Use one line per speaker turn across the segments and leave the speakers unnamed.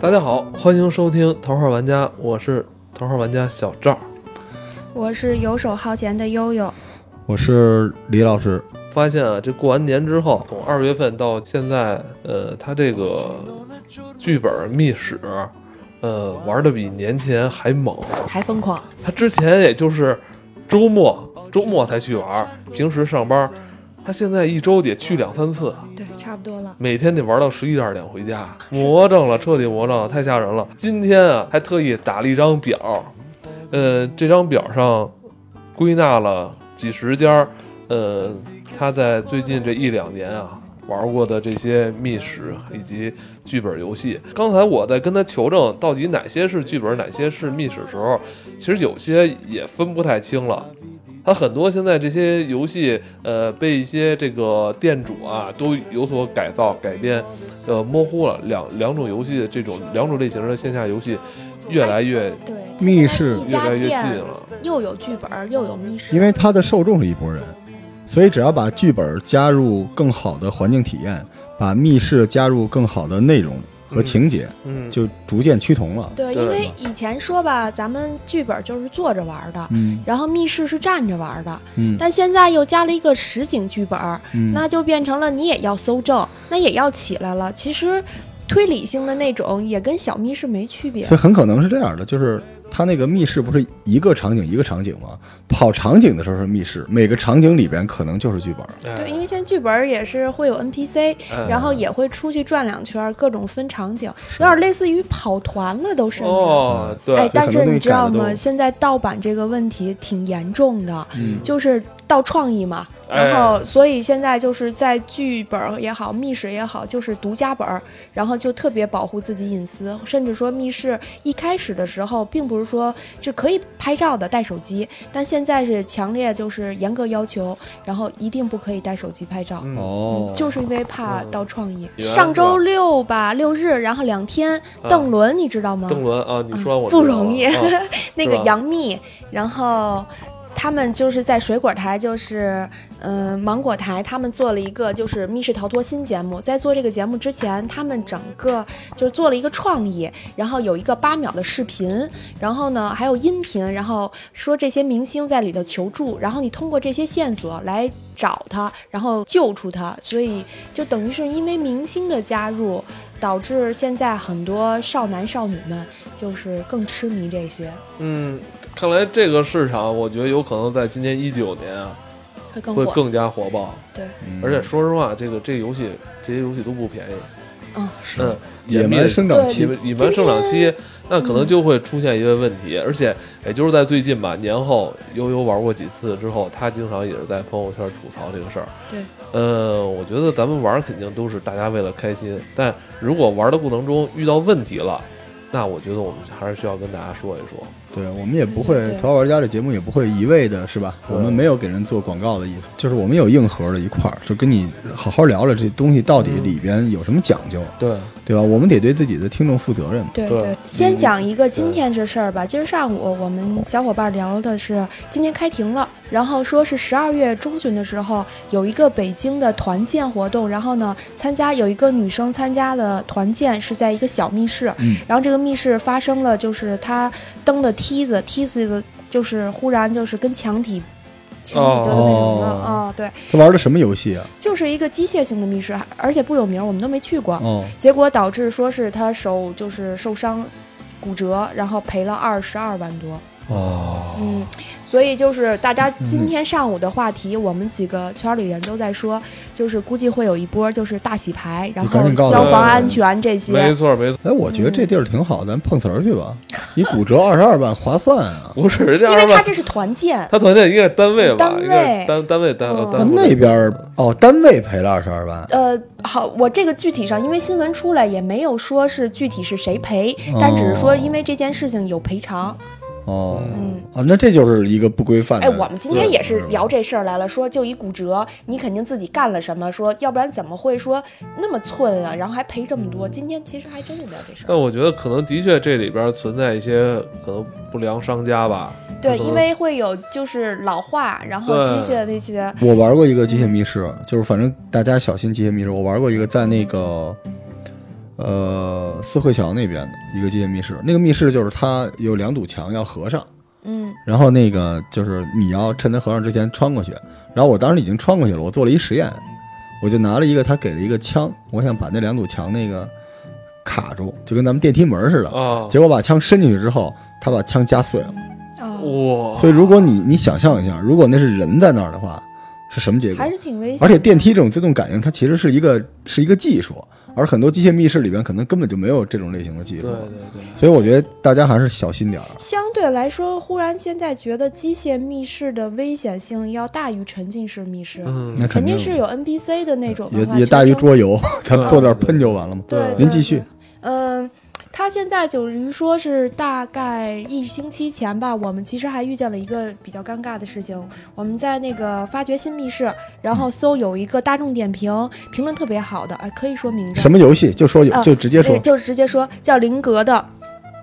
大家好，欢迎收听《头号玩家》，我是头号玩家小赵。
我是游手好闲的悠悠，
我是李老师，
发现啊，这过完年之后，从二月份到现在，呃，他这个剧本密室，呃，玩的比年前还猛。
还疯狂，
他之前也就是周末周末才去玩，平时上班，他现在一周得去两三次，
对，差不多了。
每天得玩到十一二点回家，魔怔了，彻底魔怔了，太吓人了。今天啊，还特意打了一张表，呃，这张表上归纳了几十家，呃，他在最近这一两年啊玩过的这些密室以及剧本游戏。刚才我在跟他求证到底哪些是剧本，哪些是密室时候，其实有些也分不太清了。他很多现在这些游戏，呃，被一些这个店主啊都有所改造、改编，呃，模糊了两两种游戏的这种两种类型的线下游戏，越来越
对，
密室
一
越
家
来越近
店
了。
又有剧本又有密室，
因为他的受众是一拨人，所以只要把剧本加入更好的环境体验，把密室加入更好的内容和情节，
嗯，
就逐渐趋同了。
对，
对
因为以前说吧，咱们剧本就是坐着玩的，
嗯
然后密室是站着玩的，
嗯
但现在又加了一个实景剧本，
嗯
那就变成了你也要搜证，那也要起来了。其实，推理性的那种也跟小密室没区别
所以。很可能是这样的，就是他那个密室不是一个场景一个场景吗？跑场景的时候是密室，每个场景里边可能就是剧本。
对
对，因为现在剧本也是会有 NPC，然
嗯哎
后也会出去转两圈，各种分场景，有点类似于跑团了，都甚至。
嗯
哦，对，
哎，但
很
是
多东
你
西
知道
改得
吗？
都
现在盗版这个问题挺严重的，
嗯
就是盗创意嘛。
哎
然后，所以现在就是在剧本儿也好，密室也好，就是独家本儿，然后就特别保护自己隐私，甚至说密室一开始的时候，并不是说是可以拍照的，带手机，但现在是强烈就是严格要求，然后一定不可以带手机拍照。
嗯
哦
就是因为怕盗创意。
原来是嗯
上周六吧，六日，然后两天，邓伦你知道吗？
邓伦啊，你说完我
嗯不
知道了
容易
啊
那个
吧
杨幂，然后他们就是在水果台，就是嗯、呃芒果台，他们做了一个就是密室逃脱新节目。在做这个节目之前，他们整个就是做了一个创意，然后有一个八秒的视频，然后呢还有音频，然后说这些明星在里头求助，然后你通过这些线索来找他，然后救出他。所以就等于是因为明星的加入。导致现在很多少男少女们就是更痴迷这些。
嗯，看来这个市场，我觉得有可能在今年一九年啊，
会更
会
火。
更加火爆。
对，
嗯
而且说实话，这个这个游戏，这些游戏都不便宜。
嗯，
嗯，
野
蛮
蛮生长
对嗯
期
期，，
野蛮生长期，那可能就会出现一个问题。而且，也就是在最近吧，年后悠悠玩过几次之后，他经常也是在朋友圈吐槽这个事儿。
对，
呃，我觉得咱们玩儿肯定都是大家为了开心，但如果玩儿的过程中遇到问题了，那我觉得我们还是需要跟大家说一说。
对，我们也不会
对
《头号玩家》这节目也不会一味的是吧？
对
我们没有给人做广告的意思，就是我们有硬核的一块儿，就跟你好好聊聊这东西到底里边有什么讲究，
对，
对吧？我们得对自己的听众负责任嘛。
对
对
对，先讲一个今
对
天这事儿吧。今儿上午我们小伙伴聊的是今天开庭了，然后说是十二月中旬的时候有一个北京的团建活动，然后呢参加有一个女生参加的团建是在一个小密室，
嗯
然后这个密室发生了就是她蹬的梯子，梯子的就是忽然就是跟墙体。墙体就那什么了啊、
哦
对，
他玩的什么游戏啊？
就是一个机械性的密室，而且不有名，我们都没去过。
哦，
结果导致说是他手就是受伤。骨折，然后赔了二十二万多，
哦
嗯，所以就是大家今天上午的话题，我们几个圈里人都在说，就是估计会有一波就是大洗牌，然
你赶
后
紧告诉
消
我
防安全这些
没，错没错，
哎，我觉得这地儿挺好，咱碰瓷儿去吧。你骨折二十二万，划算啊！
不是人家
因为
二
他
万，
这是团建，
他团建应该是单位吧，
单位
应该是单单位单
嗯
但
单位
那边儿哦，单位赔了二十二万，
呃，好，我这个具体上，因为新闻出来也没有说是具体是谁赔，
哦
但只是说因为这件事情有赔偿，
哦
嗯。
哦，那这就是一个不规范的。
哎，我们今天也是
嗯
聊这事儿来了，说就一骨折，你肯定自己干了什么，说要不然怎么会说那么寸啊，然后还赔这么多？
嗯
今天其实还真是聊这事儿，
但我觉得可能的确这里边存在一些可能不良商家吧。
对，
可能
因为会有就是老化，然后机械的那些，
我玩过一个机械密室，就是反正大家小心机械密室。我玩过一个在那个，呃四惠桥那边的一个机械密室。那个密室就是它有两堵墙要合上，
嗯
然后那个就是你要趁它合上之前穿过去。然后我当时已经穿过去了，我做了一实验，我就拿了一个他给了一个枪，我想把那两堵墙那个卡住，就跟咱们电梯门似的。
啊，
结果把枪伸进去之后，他把枪夹碎了。
哦，
哇，
所以如果你你想象一下，如果那是人在那儿的话，是什么结果
嗯还？是挺危险的。
而且电梯这种自动感应，它其实是一个是一个技术，而很多机械密室里边可能根本就没有这种类型的技
对
术。
嗯对对，
所以我觉得大家还是小心点儿。啊
相对来说，忽然现在觉得机械密室的危险性要大于沉浸式密室，
嗯
那
肯
定
定是有 NPC 的那种的话，
也也大于
竞争
桌游，他
对
坐那儿喷就完了嘛。
对，
对
嗯您
对
继续。
对嗯，他现在等于说是大概一星期前吧，我们其实还遇见了一个比较尴尬的事情。我们在那个发掘新密室，然后搜有一个大众点评评论特别好的，哎，可以说名字
什么游戏就说有
啊
就直接
对，
说，
就直接说叫林格的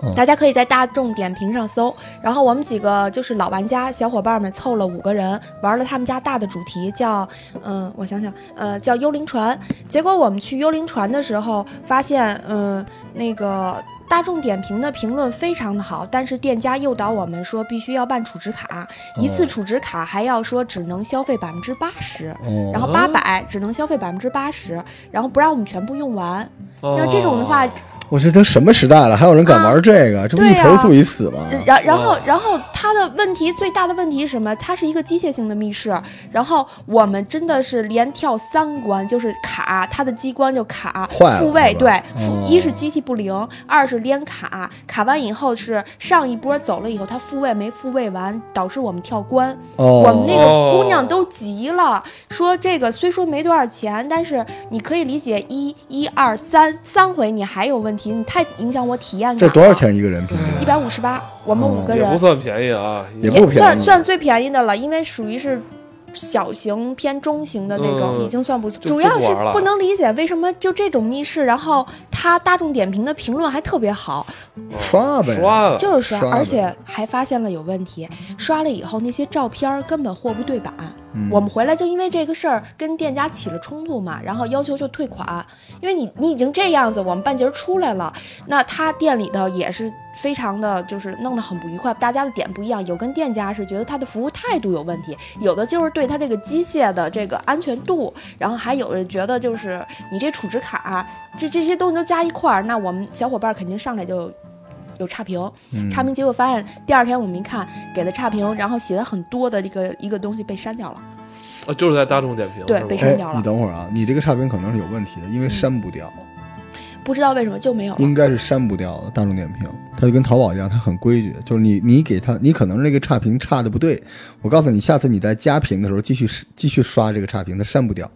嗯。
大家可以在大众点评上搜，然后我们几个就是老玩家小伙伴们凑了五个人，玩了他们家大的主题叫，嗯、我想想，呃，叫幽灵船。结果我们去幽灵船的时候，发现，嗯、那个大众点评的评论非常的好，但是店家诱导我们说必须要办储值卡，一次储值卡还要说只能消费百分之八十，
哦
然后八百只能消费百分之八十，然后不让我们全部用完。
要
要这种的话，
我这都什么时代了，还有人
啊
敢玩这个？这不
对
一
呀
投诉一死吗？
呃然然后
哇
然后它的问题最大的问题是什么？它是一个机械性的密室，然后我们真的是连跳三关，就是卡它的机关就卡
坏了
复位
是，吧
对，复、
哦
一是机器不灵，二是连卡，卡完以后是上一波走了以后，它复位没复位完，导致我们跳关。
哦，
我们那
哦
个姑娘都急了，说这个虽说没多少钱，但是你可以理解一一二三三回你还有问题，你太影响我体验感。
这多少？钱一个人平
一
均？
百五十八，我们五个
也
人。
不算便宜啊，
也
也
不便宜
算算最便宜的了，因为属于是小型偏中型的那种，
嗯
已经算不错。
就
主要
就不
是
玩了
不能理解为什么就这种密室，然后它大众点评的评论还特别好，
刷啊呗，
刷了，
就是刷，
刷的
而且还发现了有问题，刷了以后那些照片儿根本货不对版。
嗯
我们回来就因为这个事儿跟店家起了冲突嘛，然后要求就退款，因为你你已经这样子，我们半截儿出来了，那他店里头也是非常的就是弄得很不愉快，大家的点不一样，有跟店家是觉得他的服务态度有问题，有的就是对他这个机械的这个安全度，然后还有人觉得就是你这储值卡、啊这这些东西都加一块儿，那我们小伙伴儿肯定上来就有差评，
嗯
差评结果发现第二天我们一看给的差评，然后写的很多的这个一个东西被删掉了。
啊就是在大众点评
对
是吧
被删
哎
掉，了
你等会儿啊，你这个差评可能是有问题的，因为删不掉，
不知道为什么就没有了。
应该是删不掉的。大众点评，它就跟淘宝一样，它很规矩，就是你你给它，你可能那个差评差的不对，我告诉你，下次你在加评的时候继续继续刷这个差评，它删不掉，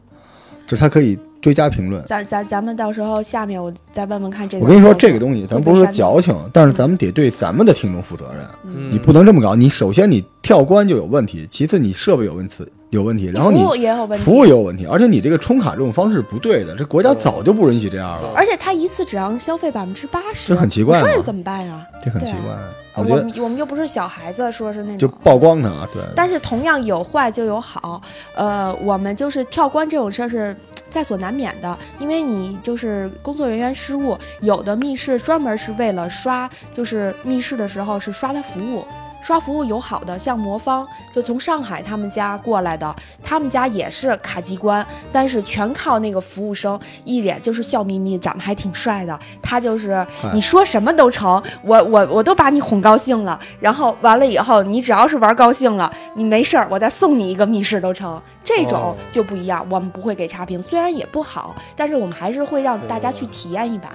就是它可以追加评论。
咱咱咱们到时候下面我再问问看这个。
我跟你说，这个东西咱
会
不
被
是说
删掉嗯
矫情，但是咱们得对咱们的听众负责任。
嗯
你不能这么搞，你首先你跳关就有问题，其次你设备有问题有问题，然后你
服务也有问题，
服务也有问题，而且你这个充卡这种方式不对的，这国家早就不允许这样了，
而且他一次只让消费百分之八十，
这很奇怪
你说
嘛
这怎么办呀？
这很奇怪。
我
我觉得
们我们又不是小孩子，说是那
就
种。
曝光它啊，对。
但是同样有坏就有好，呃，我们就是跳关这种事儿是在所难免的，因为你就是工作人员失误，有的密室专门是为了刷，就是密室的时候是刷他服务。刷服务有好的，像魔方就从上海他们家过来的，他们家也是卡机关，但是全靠那个服务生，一脸就是笑眯眯，长得还挺帅的。他就是你说什么都成，我我我都把你哄高兴了。然后完了以后，你只要是玩高兴了，你没事儿，我再送你一个密室都成。这种
哦
就不一样，我们不会给差评，虽然也不好，但是我们还是会让大家去体验一把，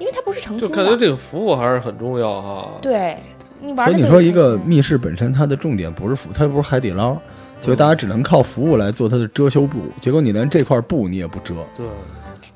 因为它不是诚
就
心
感觉
的。
这个服务还是很重要哈。
对，你玩
所
的
以
就
你
是
说一个
开心
密室本身它的重点不是服，它又不是海底捞，就大家只能靠服务来做它的遮羞布，结果你连这块布你也不遮，
对，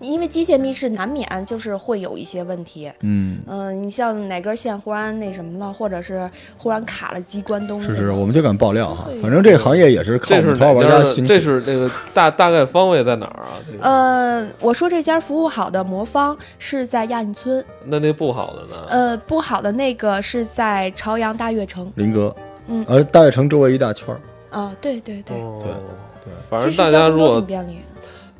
因为机械密室难免就是会有一些问题。
嗯。
嗯，你像哪根线忽然那什么了，或者是忽然卡了机关东西
是
了，
是，我们就敢爆料哈
对，
反正这个行业也是靠
这
我们
是
淘
哪
宝玩
家
家
的？
兴
这
起。
是那个大大概方位在哪儿啊？这个
呃，我说这家服务好的魔方是在亚运村，
那那不好的呢？
呃，不好的那个是在朝阳大悦城。
林哥，
嗯
而大悦城周围一带一大圈儿，
啊、对对对，
哦
对，
反
其
正
实
大家
交通
如
都
果
挺便利。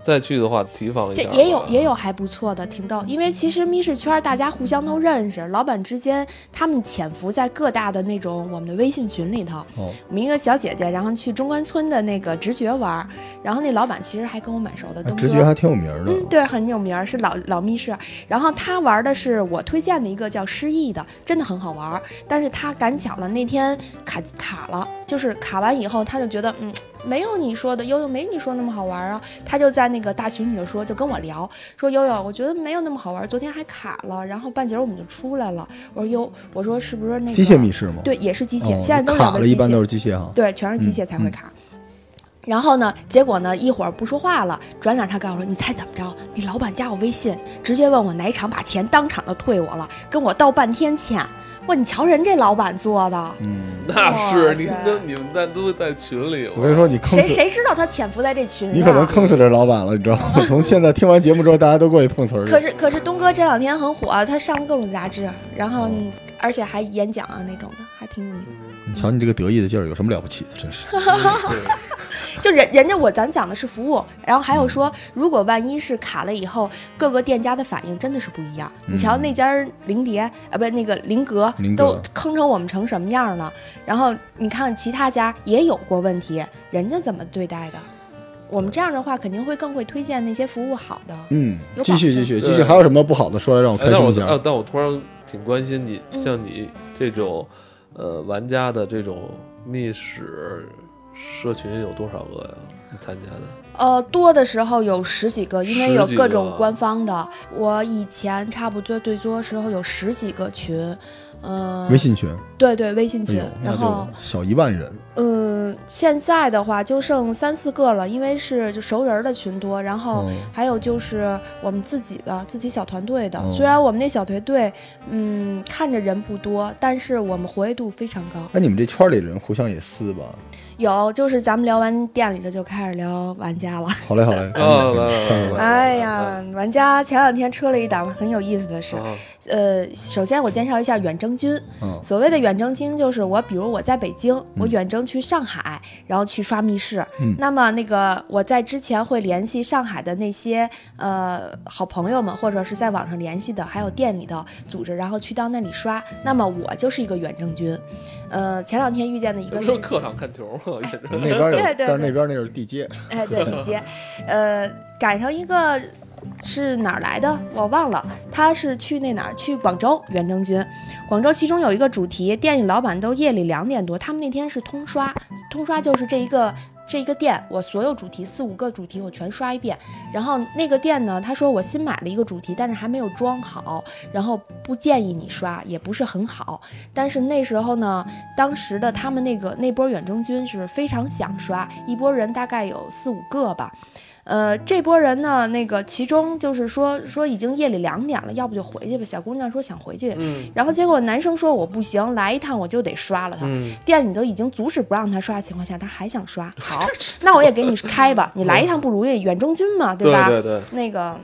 再去的话提防一
这
下吧。
也有也有还不错的，挺逗。因为其实密室圈儿大家互相都认识，老板之间他们潜伏在各大的那种我们的微信群里头。
哦，
我们一个小姐姐，然后去中关村的那个直觉玩儿，然后那老板其实还跟我蛮熟的，
哎
东
直觉
哥。
还挺有名儿的。啊
嗯，对，很有名儿，是老老密室。然后他玩的是我推荐的一个叫失忆的，真的很好玩儿。但是他赶巧了，那天卡卡了，就是卡完以后，他就觉得嗯，没有你说的悠悠没你说那么好玩儿啊。他就在那个大群里头说，就跟我聊说悠悠，我觉得没有那么好玩儿，昨天还卡了。然后半截儿我们就出来了。我说哟，我说是不是那个
机械密室吗？
对，也是机械，
哦
现在都聊
卡
的
了，
机
一
械
般都是机械哈。
对，全是机
嗯
械才会
嗯
卡。然后呢，结果呢，一会儿不说话了，转脸他告诉我说：“你猜怎么着？那老板加我微信，直接问我哪一场，把钱当场就退我了，跟我道半天歉。哇，你瞧人这老板做的，
嗯，
那是你
哇塞
那你们那都在群里。
我跟 你说，，你坑
谁
死
谁知道他潜伏在这群、啊？
你可能坑死这老板了，你知道 吗？从现在听完节目之后，大家都过去碰瓷儿去。
可是可是东哥这两天很火、啊他上了各种杂志，然
哦
后、而且还演讲啊那种的，还挺有名。
你瞧你这个得意的劲儿，有什么了不起的？真是。
就人人家我咱讲的是服务，然后还
嗯
有说，如果万一是卡了以后，各个店家的反应真的是不一样。你瞧那家儿灵蝶啊，不那个灵格
嗯灵格
都坑成我们成什么样了，然后你看其他家也有过问题，人家怎么对待的？我们这样的话肯定会更会推荐那些服务好的。
嗯
有，
继续
保证
继续
对
继续，还有什么不好的说来让我
哎
开
但
心
我
一下
啊？但我突然挺关心你，
嗯
像你这种呃玩家的这种密室社群有多少个呀？你参加的？
呃，多的时候有十几个，因为有
十几个
各种官方的。我以前差不多最多时候有十几个群，嗯、
微信群，
对对微信
哎
群，
呦，那
然后
就小一万人，
嗯，现在的话就剩三四个了，因为是就熟人儿的群多，然后
嗯
还有就是我们自己的自己小团队的。
哦
虽然我们那小团队，嗯，看着人不多，但是我们活跃度非常高。
哎，你们这圈里人互相也撕吧？
有，就是咱们聊完店里的，就开始聊玩家了。
好嘞，好嘞，
哦
赶紧
来来
赶
来
紧快点快 点
哎呀，玩家前两天出了一档很有意思的事。
啊，
呃，首先我介绍一下远征军。
嗯，
所谓的远征军，就是我，比如我在北京，我远征去上海，然后去刷密室。
嗯
那么那个我在之前会联系上海的那些呃好朋友们，或者是在网上联系的，还有店里的组织，然后去到那里刷。那么我就是一个远征军。呃，前两天遇见的一
这
个
不
是
是客场看球吗？也是
那边有，
对对对
但是那边那是地接，
哎，对，李杰，呃，赶上一个是哪儿来的我忘了，他是去那哪儿去广州远征军，广州其中有一个主题，店里老板都夜里两点多，他们那天是通刷，通刷就是这一个。这一个店，我所有主题四五个主题我全刷一遍。然后那个店呢，他说我新买了一个主题，但是还没有装好，然后不建议你刷，也不是很好。但是那时候呢，当时的他们那个那波远征军是非常想刷，一波人大概有四五个吧。呃，这波人呢，那个其中就是说说已经夜里两点了，要不就回去吧。小姑娘说想回去，
嗯
然后结果男生说我不行，来一趟我就得刷了他。
嗯，
店里都已经阻止不让他刷的情况下，他还想刷， 好，那我也给你开吧。你来一趟不如意，远征军嘛，
对
吧？
对对，
那个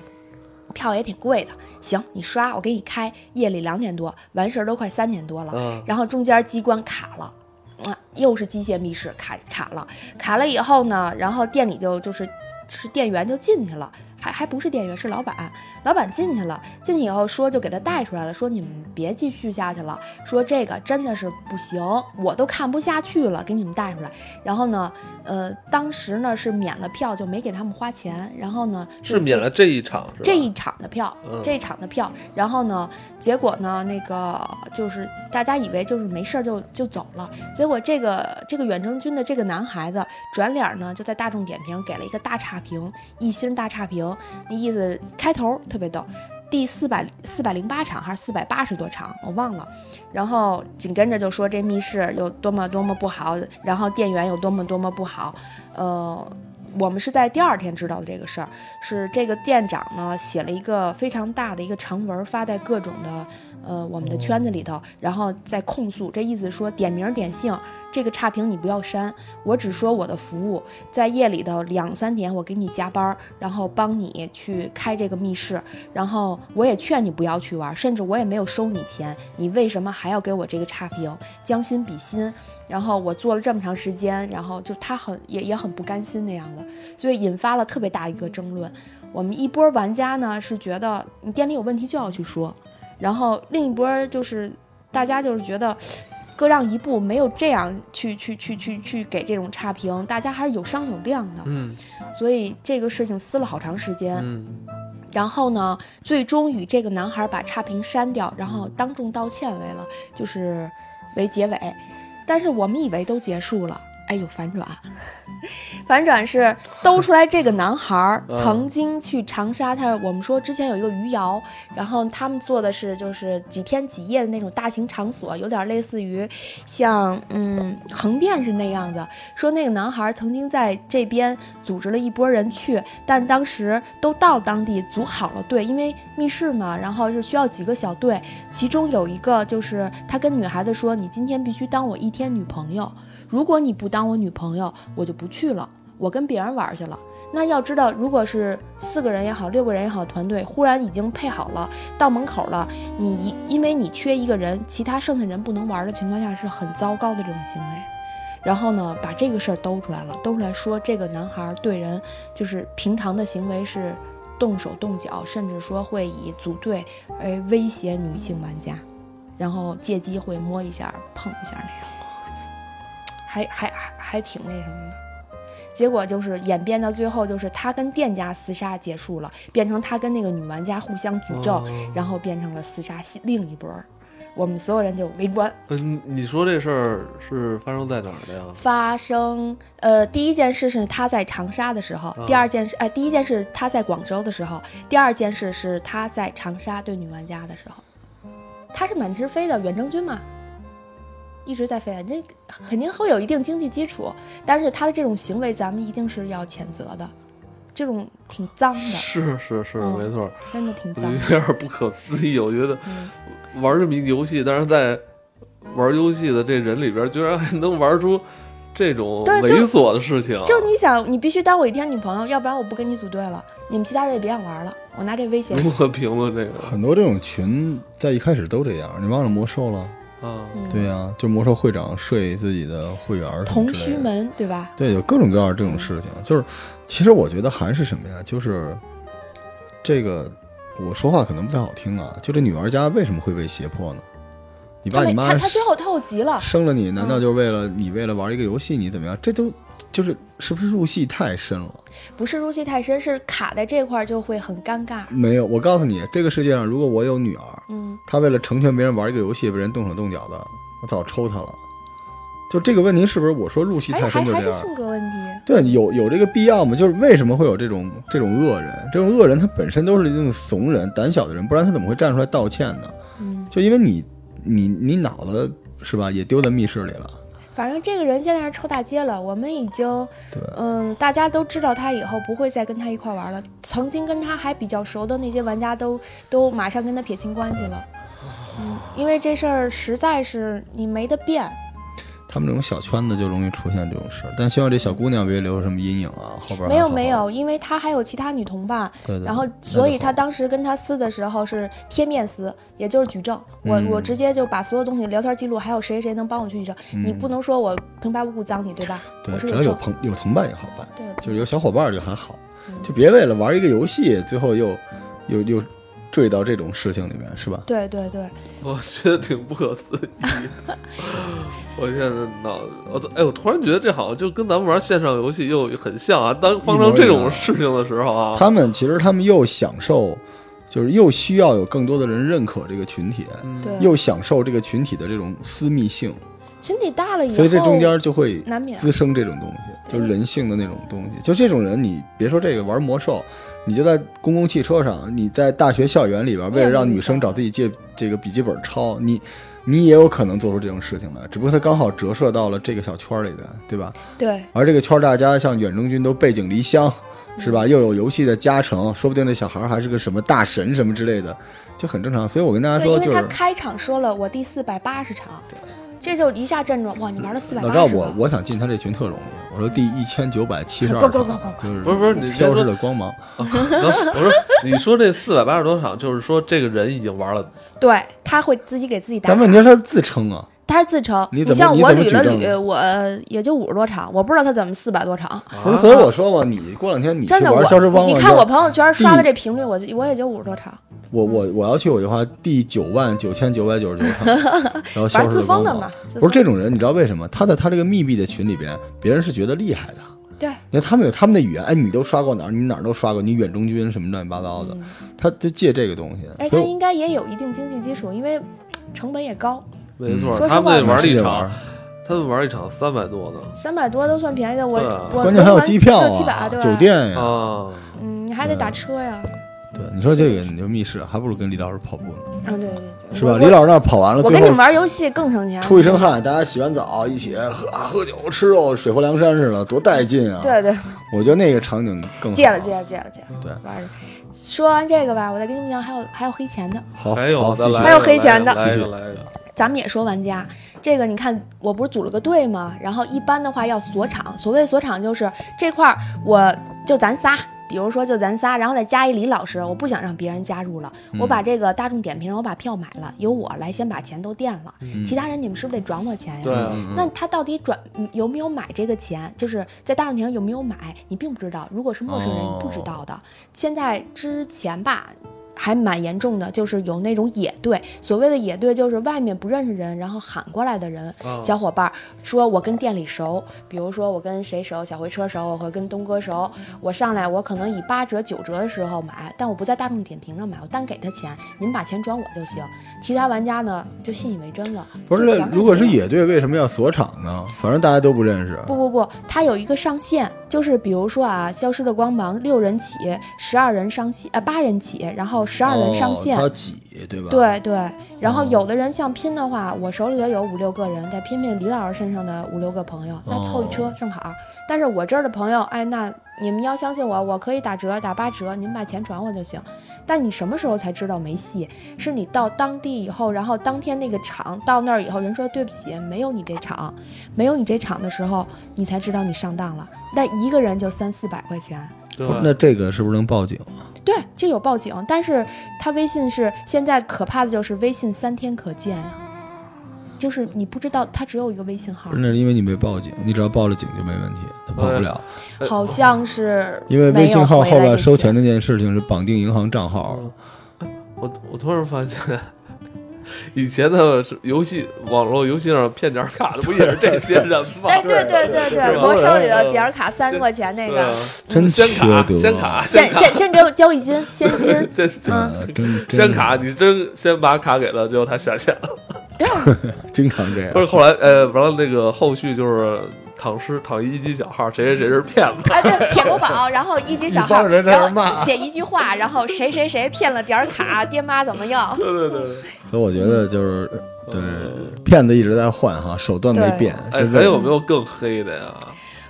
票也挺贵的，行，你刷，我给你开。夜里两点多，完事儿都快三点多了，
嗯
然后中间机关卡了。啊，又是机械密室卡卡了，卡了以后呢，然后店里就就是是店员就进去了，还还不是店员是老板，老板进去了，进去以后说就给他带出来了，说你们别继续下去了，说这个真的是不行，我都看不下去了，给你们带出来。然后呢，呃，当时呢是免了票，就没给他们花钱，然后呢
是免了这一场是吧？
这一场的票，
嗯
这一场的票。然后呢，结果呢，那个就是大家以为就是没事儿就就走了，结果这个这个远征军的这个男孩子转脸呢就在大众点评给了一个大差评，一星大差评，那意思开头特别逗。第四百四百零八场还是四百八十多场，我忘了。然后紧跟着就说这密室有多么多么不好，然后店员有多么多么不好。呃，我们是在第二天知道的这个事儿，是这个店长呢写了一个非常大的一个长文，发在各种的呃我们的圈子里头，然后再控诉，这意思说点名点姓，这个差评你不要删，我只说我的服务，在夜里头两三点我给你加班儿，然后帮你去开这个密室，然后我也劝你不要去玩儿，甚至我也没有收你钱，你为什么还要给我这个差评？将心比心，然后我做了这么长时间，然后就他很也也很不甘心那样的，所以引发了特别大一个争论。我们一波玩家呢是觉得你店里有问题就要去说，然后另一波就是大家就是觉得。各让一步，没有这样去去去去去给这种差评，大家还是有商有量的，
嗯
所以这个事情撕了好长时间。
嗯，
然后呢，最终与这个男孩把差评删掉，然后当众道歉为了就是为结尾。但是我们以为都结束了，哎，有反转。 反转是兜出来这个男孩儿
嗯
曾经去长沙，他我们说之前有一个余姚，然后他们做的是就是几天几夜的那种大型场所，有点类似于像嗯横店是那样的。说那个男孩儿曾经在这边组织了一拨人去，但当时都到当地组好了队，因为密室嘛，然后是需要几个小队，其中有一个就是他跟女孩子说：“你今天必须当我一天女朋友，如果你不当我女朋友，我就不去了，我跟别人玩去了。”那要知道，如果是四个人也好，六个人也好，团队忽然已经配好了，到门口了，你一因为你缺一个人，其他剩下人不能玩的情况下，是很糟糕的这种行为。然后呢，把这个事儿兜出来了，兜出来说这个男孩儿对人就是平常的行为是动手动脚，甚至说会以组队而威胁女性玩家，然后借机会摸一下、碰一下那样， 还还还还挺那什么的。结果就是演变到最后，就是他跟店家厮杀结束了，变成他跟那个女玩家互相诅咒，
哦
然后变成了厮杀戏另一波儿。我们所有人就围观，
嗯，你说这事儿是发生在哪儿的呀？
发生，呃，第一件事是他在长沙的时候，第二件事，呃，第一件事他在广州的时候，第二件事是他在长沙对女玩家的时候，他是满天飞的远征军嘛，一直在飞的，这肯定会有一定经济基础，但是他的这种行为，咱们一定是要谴责的，这种挺脏的，
是是是，
嗯
没错儿，
真的挺
我
脏
就
的，
有点不可思议。我觉得
嗯，
玩这么一个游戏，但是在玩游戏的这人里边，居然还能玩出这种
对就
猥琐的事情，啊
就你想，你必须当我一天女朋友，要不然我不跟你组队了，你们其他人也别想玩了，我拿这威胁你。
如何评论这个啊
很多这种群在一开始都这样，你忘了魔兽了？
啊？
嗯
对呀、就魔兽会长睡自己的会员儿什么
同
之类
须
的
门，对吧？
对，有各种各样的这种事情。就是，其实我觉得还是什么呀？就是这个，我说话可能不太好听啊。就这女玩家为什么会被胁迫呢？你
他
爸
没
你妈
他他最后透急了，
生了你，难
嗯
道就是为了你为了玩一个游戏你怎么样？这都就是是不是入戏太深了？
不是入戏太深，是卡在这块儿就会很尴尬。
没有，我告诉你，这个世界上如果我有女儿，
嗯，
她为了成全别人玩一个游戏被人动手动脚的，我早抽她了。就这个问题是不是我说入戏
还
太
哎还
深就
还是
这样？
性格问题，
对，有有这个必要吗？就是为什么会有这种这种恶人？这种恶人他本身都是那种怂人、胆小的人，不然他怎么会站出来道歉呢？
嗯，
就因为你你你脑子是吧，也丢在密室里了。
反正这个人现在是臭大街了，我们已经，
对，
嗯，大家都知道他以后不会再跟他一块儿玩了。曾经跟他还比较熟的那些玩家都都马上跟他撇清关系了，嗯，因为这事儿实在是你没得变。
他们这种小圈子就容易出现这种事儿。但希望这小姑娘别留什么阴影啊，后边还
没有
好
没。有，因为他还有其他女同伴，
对对。
然后
对，
所以
嗯那就
他
好
当时跟他撕的时候是贴面撕，也就是举证。我、
嗯
我直接就把所有东西、聊天记录，还有谁谁能帮我去举证。你不能说我平白无故脏你，对吧？我
嗯对，
是
只
有
要有
证。
朋有同伴也好办，
对，
就是有小伙伴儿就还好，
嗯
就别为了玩一个游戏，最后又又又坠到这种事情里面，是吧？
对对对，
我觉得挺不可思议。 我现在脑子，我哎，我突然觉得这好像就跟咱们玩线上游戏又很像啊。当发生这种事情的时候啊，
他们其实他们又享受，就是又需要有更多的人认可这个群体，
嗯
对
又享受这个群体的这种私密性，
群体大了以后，啊
所以这中间就会
难免
滋生这种东西，就是人性的那种东西。就这种人，你别说这个玩魔兽，你就在公共汽车上，你在大学校园里边，
也
为了让
会遇
女生
到
找自己借这个笔记本抄你。你也有可能做出这种事情来，只不过它刚好折射到了这个小圈儿里边，对吧？
对
而这个圈儿大家像远征军都背井离乡，是吧？又有游戏的加成，说不定这小孩儿还是个什么大神什么之类的，就很正常。所以我跟大家
对，
说，
因
就
为
是
他开场说了我第四百八十场，这就一下震住，哇，你玩了四百
老
八
赵，
十
我我想进他这群特容易。我说第一千九百七十 二
Go, go, go, go,
场，就是
不是不是你先
消失
说
的光芒。
啊我说你说这四百八十多场，就是说这个人已经玩了，
对，他会自己给自己打
但
卡。
问题是他自称啊，
他是自称。
你
你
怎么
像
你
我
怎么
捋
举
了
证的
捋，我也就五十多场，我不知道他怎么四百多场。
不是，所以我说嘛，你过两天你去
啊真的，
玩
我
消失帮，
你
了
看
之后
我朋友圈刷的
第
这频率，我我也就五十多场，
我我我要去我就花第九万九千九百九十九 场，然
反
后消
正
失
自封的
光
嘛
芒。。
自
不
封嗯
是这种人，你知道为什么？他在他这个密闭的群里边，别人是觉得厉害的。
对，
你看他们有他们的语言，哎，你都刷过哪儿？你哪儿都刷过，你远中军什么乱七八糟的，他就借这个东西。
嗯而
所
他
以
应该也有一定经济基础，因为成本也高，
没
嗯
错
说，实
他
话
们
我
玩了一
得
场，，他们玩了一场三百多呢
三百多都算便宜的。我
对啊
我
关键还有
都
机票
六七
啊
百，对吧？
酒，店呀。
啊，
嗯，你还得打车呀。
对，你说这个你就密室，还不如跟李老师跑步呢，
啊，对对对，
是吧？
我
李老师那儿跑完了，
我
最
跟你
后
们玩游戏更省钱。
出一身汗，大家洗完澡一起喝啊喝酒吃肉，水泊梁山似的，多带劲啊！，
对对，
我觉得那个场景更好
戒了戒了戒了戒了。
对
玩儿。说完这个吧，我再跟你们讲，还有还有黑钱的，
好，
还有
好
再
继续
来
还有黑钱的
来一
继
个
续
来一个，
咱们也说玩家。这个你看，我不是组了个队吗？然后一般的话要锁场，所谓锁场就是这块儿我就咱仨。比如说，就咱仨，然后再加一李老师，我不想让别人加入了，我把这个大众点评上我把票买了，由我来先把钱都垫了，其他人你们是不是得转我钱呀？
对啊
嗯
那他到底转嗯有没有买这个钱，就是在大众点评有没有买，你并不知道。如果是陌生人，
哦
你不知道的。现在之前吧。还蛮严重的，就是有那种野队，所谓的野队就是外面不认识人，然后喊过来的人，
哦
啊
小伙伴儿说我跟店里熟，比如说我跟谁熟，小回车熟，我会跟东哥熟，
嗯
我上来我可能以八折九折的时候买，但我不在大众点评上买，我单给他钱，你们把钱转我就行。其他玩家呢就信以为真了，
不
就
是
转，给
如果是
他
野队，为什么要锁场呢？反正大家都不认识。
不不不，它有一个上限，就是比如说啊，《消失的光芒》六人起，十二人上线，呃，八人起，然后十二人上线。
哦他挤对吧？，
对对，然后有的人像拼的话，我手里头有五六个人，再拼拼李老师身上的五六个朋友，
哦
那凑一车正好。但是我这儿的朋友，哎，那你们要相信我，我可以打折，打八折，你们把钱转我就行。但你什么时候才知道没戏？是你到当地以后，然后当天那个场到那儿以后，人说对不起，没有你这场，没有你这场的时候，你才知道你上当了。那一个人就三四百块钱，
对，
那这个是不是能报警？
对，这有报警，但是他微信是现在可怕的就是微信三天可见呀、就是你不知道他只有一个微信号
不是，，那是因为你没报警，你只要报了警就没问题，他跑不了。
哎
好像是
呃因为微信号后
没有回来
边
这
收
些
钱。那件事情是绑定银行账号，
嗯我我突然发现，以前的游戏网络游戏上骗点卡的不也是这些人吗？
哎，对对对
是
对，
吧
我手里
嗯
的点儿卡三块钱那
对啊
个，
真
先卡
缺德
先卡，
啊
先先先给我交一金，现金
先先
嗯，
呃真
先
真
卡，你真先把卡给他，结果他下线了。
对啊，
经常这样
不。是后来呃，完了那个后续就是躺尸躺一级小号，谁谁谁是骗子。
啊对，铁狗宝，然后一级小
一
号，
帮人在那
然
儿
后
骂
写一句话，然后谁谁谁骗了点儿卡，爹妈怎么样？
对对对，
所以我觉得就是，
嗯
对，骗子一直在换哈，手段没
对
变。
哎，
就是
还有没有更黑的呀？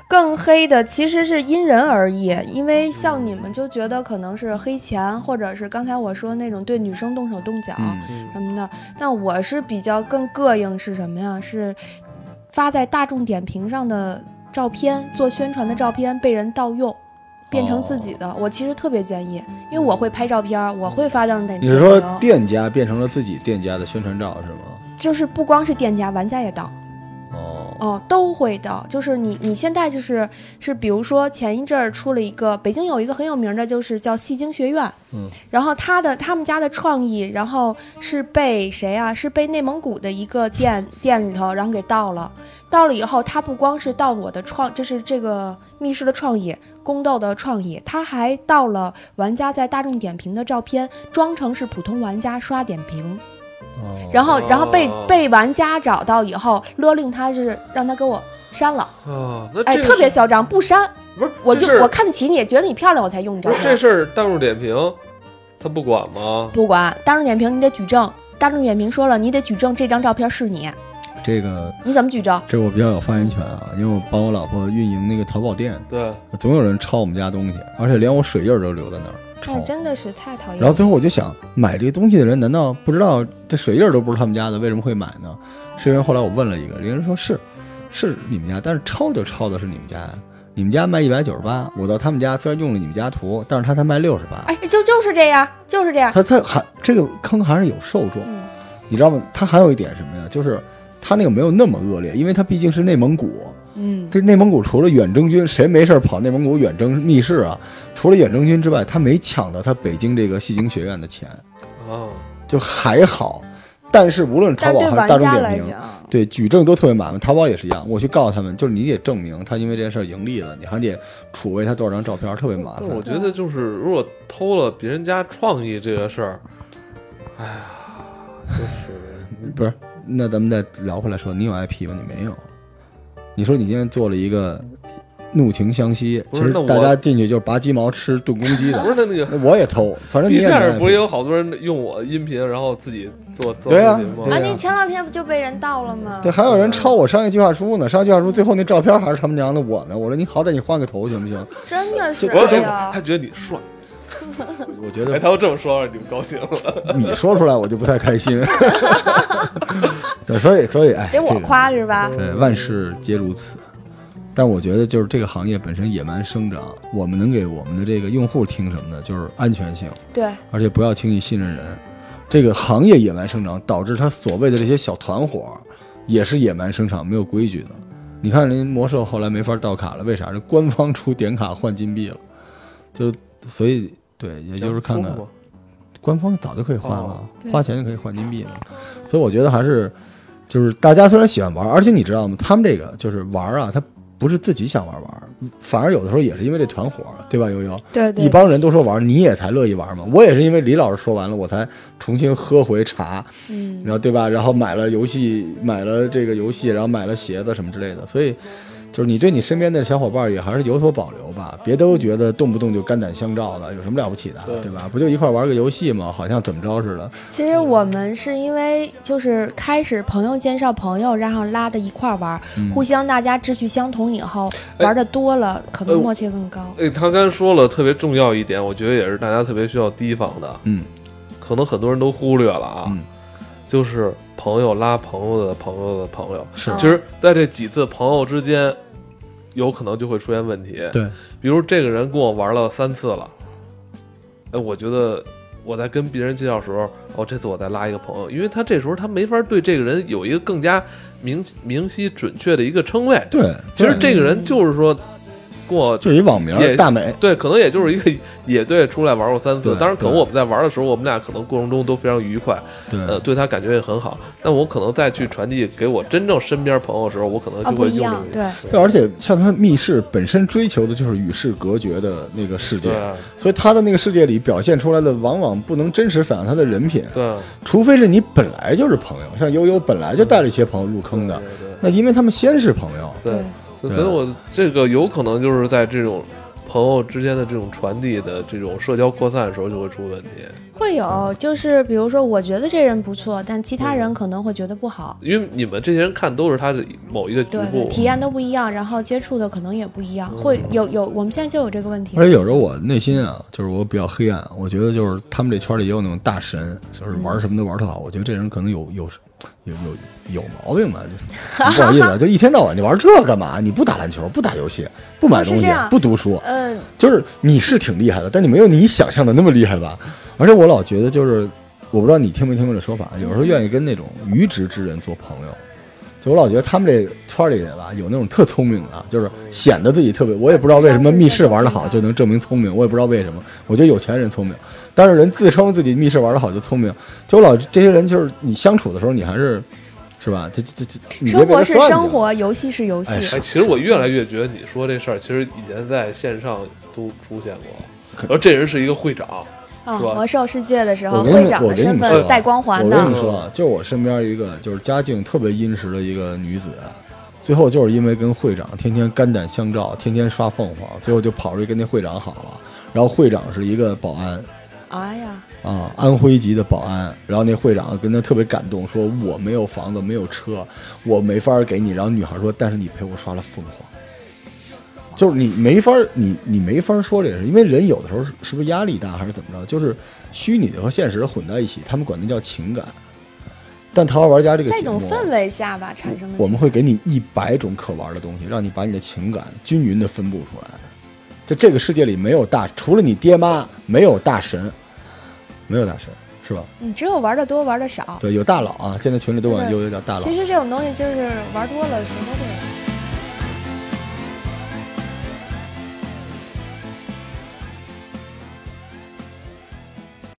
更黑的其实是因人而异，因为像你们就觉得可能是黑钱，或者是刚才我说那种对女生动手动脚
嗯，
什么的。那我是比较更膈应是什么呀？是发在大众点评上的照片做宣传的照片被人盗用。变成自己的，
哦
我其实特别建议，因为我会拍照片，我会发到那。
你是说店家变成了自己店家的宣传照是吗？
就是不光是店家，玩家也盗。
哦，
哦，都会的，就是你你现在就是是，比如说前一阵儿出了一个，北京有一个很有名的，就是叫戏精学院，
嗯，
然后他的他们家的创意，然后是被谁啊？是被内蒙古的一个店店里头，然后给盗了。盗了以后，他不光是盗我的创，就是这个密室的创意、宫斗的创意，他还盗了玩家在大众点评的照片，装成是普通玩家刷点评。
哦
然后，然后被
哦
被玩家找到以后，勒令他就是让他给我删了，
啊，
呃
那
哎，
这个
特别
是
嚣张，不删，
不是
我
这
就
事儿
我看得起你，觉得你漂亮，我才用你照
不是这
片。
事儿，大众点评他不管吗？
不管大众点评，你得举证。大众点评说了，你得举证这张照片是你，
这个
你怎么举证？
这我比较有发言权啊，因为我帮我老婆运营那个淘宝店，
对，
总有人抄我们家东西，而且连我水印儿都留在那儿抄。
哎真的是太讨厌
然后最后我就想，买这个东西的人难道不知道这水印儿都不是他们家的，为什么会买呢？是因为后来我问了一个，人家说是是你们家，但是抄就抄的是你们家呀。你们家卖一百九十八，我到他们家虽然用了你们家图，但是他才卖六十八。
哎，就就是这样，就是这样。
他他还这个坑还是有受众，
嗯
你知道吗？他还有一点什么呀？就是他那个没有那么恶劣，因为他毕竟是内蒙古，
嗯，
这内蒙古除了远征军，谁没事儿跑内蒙古远征密室啊？除了远征军之外，他没抢到他北京这个戏精学院的钱，
啊，
就还好。但是无论是淘
但
宝
对
还
玩
是大众
家来
点评，
讲，
对举证都特别麻烦。淘宝也是一样，我去告他们，就是你得证明他因为这件事儿盈利了，你还得储备他多少张照片，特别麻
但
烦。
我觉得就是如果偷了别人家创意这个事儿，哎呀，就是
不是，那咱们再聊回来说，你有 IP 吗？你没有。你说你今天做了一个怒情湘西，
不
其
是
实
那我
大家进去就是拔鸡毛吃炖公鸡
不
的，
是他那个。
那我也偷，反正你
B
也
站上不是也
有
有好多人用我音频，然后自己做做
对啊
视频吗
对
啊，
啊
你前两天不就被人盗了吗？
对，还有人抄我商业计划书呢，商业计划书最后那照片还是他们娘的我呢。我说你好歹你换个头行不 行？
真的
啊
是，
我
哎
真
呀
还，觉得你帅，
我觉
哎，
得
他要这么说让你们高兴了。
你说出来我就不太 开心。对，所以所以哎，
给我
这个
夸是吧？
对，万事皆如此。但我觉得就是这个行业本身野蛮生长，我们能给我们的这个用户听什么呢？就是安全性，
对，
而且不要轻易信任人。这个行业野蛮生长，导致他所谓的这些小团伙儿也是野蛮生长，没有规矩的。你看人魔兽后来没法盗卡了，为啥？人官方出点卡换金币了，就所以对，也就是看看
中国
官方早就可以换了，
对
花钱就可以换金币了。所以我觉得还是，就是大家虽然喜欢玩，而且你知道吗？他们这个就是玩啊，他不是自己想玩玩，反而有的时候也是因为这团伙，对吧？悠悠，
对
一帮人都说玩，你也才乐意玩嘛。我也是因为李老师说完了，我才重新喝回茶，
嗯，
然后对吧？然后买了游戏，买了这个游戏，然后买了鞋子什么之类的，所以。就是你对你身边的小伙伴也还是有所保留吧，别都觉得动不动就肝胆相照的，有什么了不起的，
对
对吧？不就一块玩个游戏吗？好像怎么着似的。
其实我们是因为就是开始朋友介绍朋友，然后拉的一块儿玩儿，
嗯哎
互相大家志趣相同以后，玩的多了，可
哎
呃
能
我
默契更高。
哎，他刚才说了特别重要一点，我觉得也是大家特别需要提防的，
嗯
可能很多人都忽略了啊，
嗯，
就是朋友拉朋友的朋友的朋友。
是
嗯
其实，在这几次朋友之间，有可能就会出现问题。
对，
比如这个人跟我玩了三次了，哎，我觉得我在跟别人介绍的时候，哦，这次我再拉一个朋友，因为他这时候他没法对这个人有一个更加明明晰准确的一个称谓。
对，
其实
对
这个人就是说，跟我
就是一网名
也
大美，
对，可能也就是一个野队出来玩过三次。
对
当然，可能
对
我们在玩的时候，我们俩可能过程中都非常愉快，
对
呃，对他感觉也很好。但我可能再去传递给我真正身边朋友的时候，我可能
啊，
就
不
会
一
用
样，
这个。
对，
对，而且像他密室本身追求的就是与世隔绝的那个世界，
对啊
所以他的那个世界里表现出来的往往不能真实反映他的人品，
对，
除非是你本来就是朋友，像悠悠本来就带了一些朋友入坑的，那因为他们先是朋友，
对对
对
所以所以我这个有可能就是在这种朋友之间的这种传递的这种社交扩散的时候就会出问题，
会
嗯
有，就是比如说，我觉得这人不错，但其他人可能会觉得不好。
因为你们这些人看都是他的某一个局
对对，
部，
体验都不一样，然后接触的可能也不一
嗯
样，会有有，我们现在就有这个问题。
而且有时候我内心啊，就是我比较黑暗，我觉得就是他们这圈里也有那种大神，就是玩什么都玩特好。我觉得这人可能有有有有有毛病吧，就是不好意思，啊，就一天到晚就玩这干嘛？你不打篮球，不打游戏，不买
不
东
是
西
这样，
不读书，
嗯，
就是你是挺厉害的，但你没有你想象的那么厉害吧？而且我老觉得就是，我不知道你听没听过这说法，有时候愿意跟那种愚直之人做朋友。就我老觉得他们这圈里人吧，有那种特聪明的啊，就是显得自己特别。我也不知道为什么密室玩得好就能证明聪明，我也不知道为什么。我觉得有钱人聪明，但是人自称自己密室玩得好就聪明。就我老这些人，就是你相处的时候，你还是是吧？这这这，你别
生
被
活
他
是
算计
生
了
活，游戏是游戏
哎。
哎，其实我越来越觉得你说这事儿，其实以前在线上都出现过。
可
然后这人是一个会长，
啊，
是吧
魔兽世界的时候，
我跟你
会长
我
的
跟你
身
们
份
说啊
带光环
我跟
的
你，说啊，就我身边一个就是家境特别殷实的一个女子，啊最后就是因为跟会长天天肝胆相照，天天刷凤凰，最后就跑出去跟那会长好了。然后会长是一个保安
哎呀，
啊，安徽籍的保安。然后那会长跟他特别感动，说我没有房子，没有车，我没法给你。然后女孩说，但是你陪我刷了凤凰。就是你没法儿，你你没法儿说这个事，因为人有的时候是是不是压力大还是怎么着，就是虚拟的和现实的混在一起，他们管那叫情感。但《桃花玩家》这个
在
节
这种
目，啊
氛围下吧产生的
我
情
们
况，
会给你一百种可玩的东西，让你把你的情感均匀的分布出来。就这个世界里没有大，除了你爹妈，没有大神，没有大神，是吧？
嗯，只有玩的多，玩的少。
对，有大佬啊，现在群里都管悠悠叫大佬。
其实这种东西就是玩多了谁都会玩。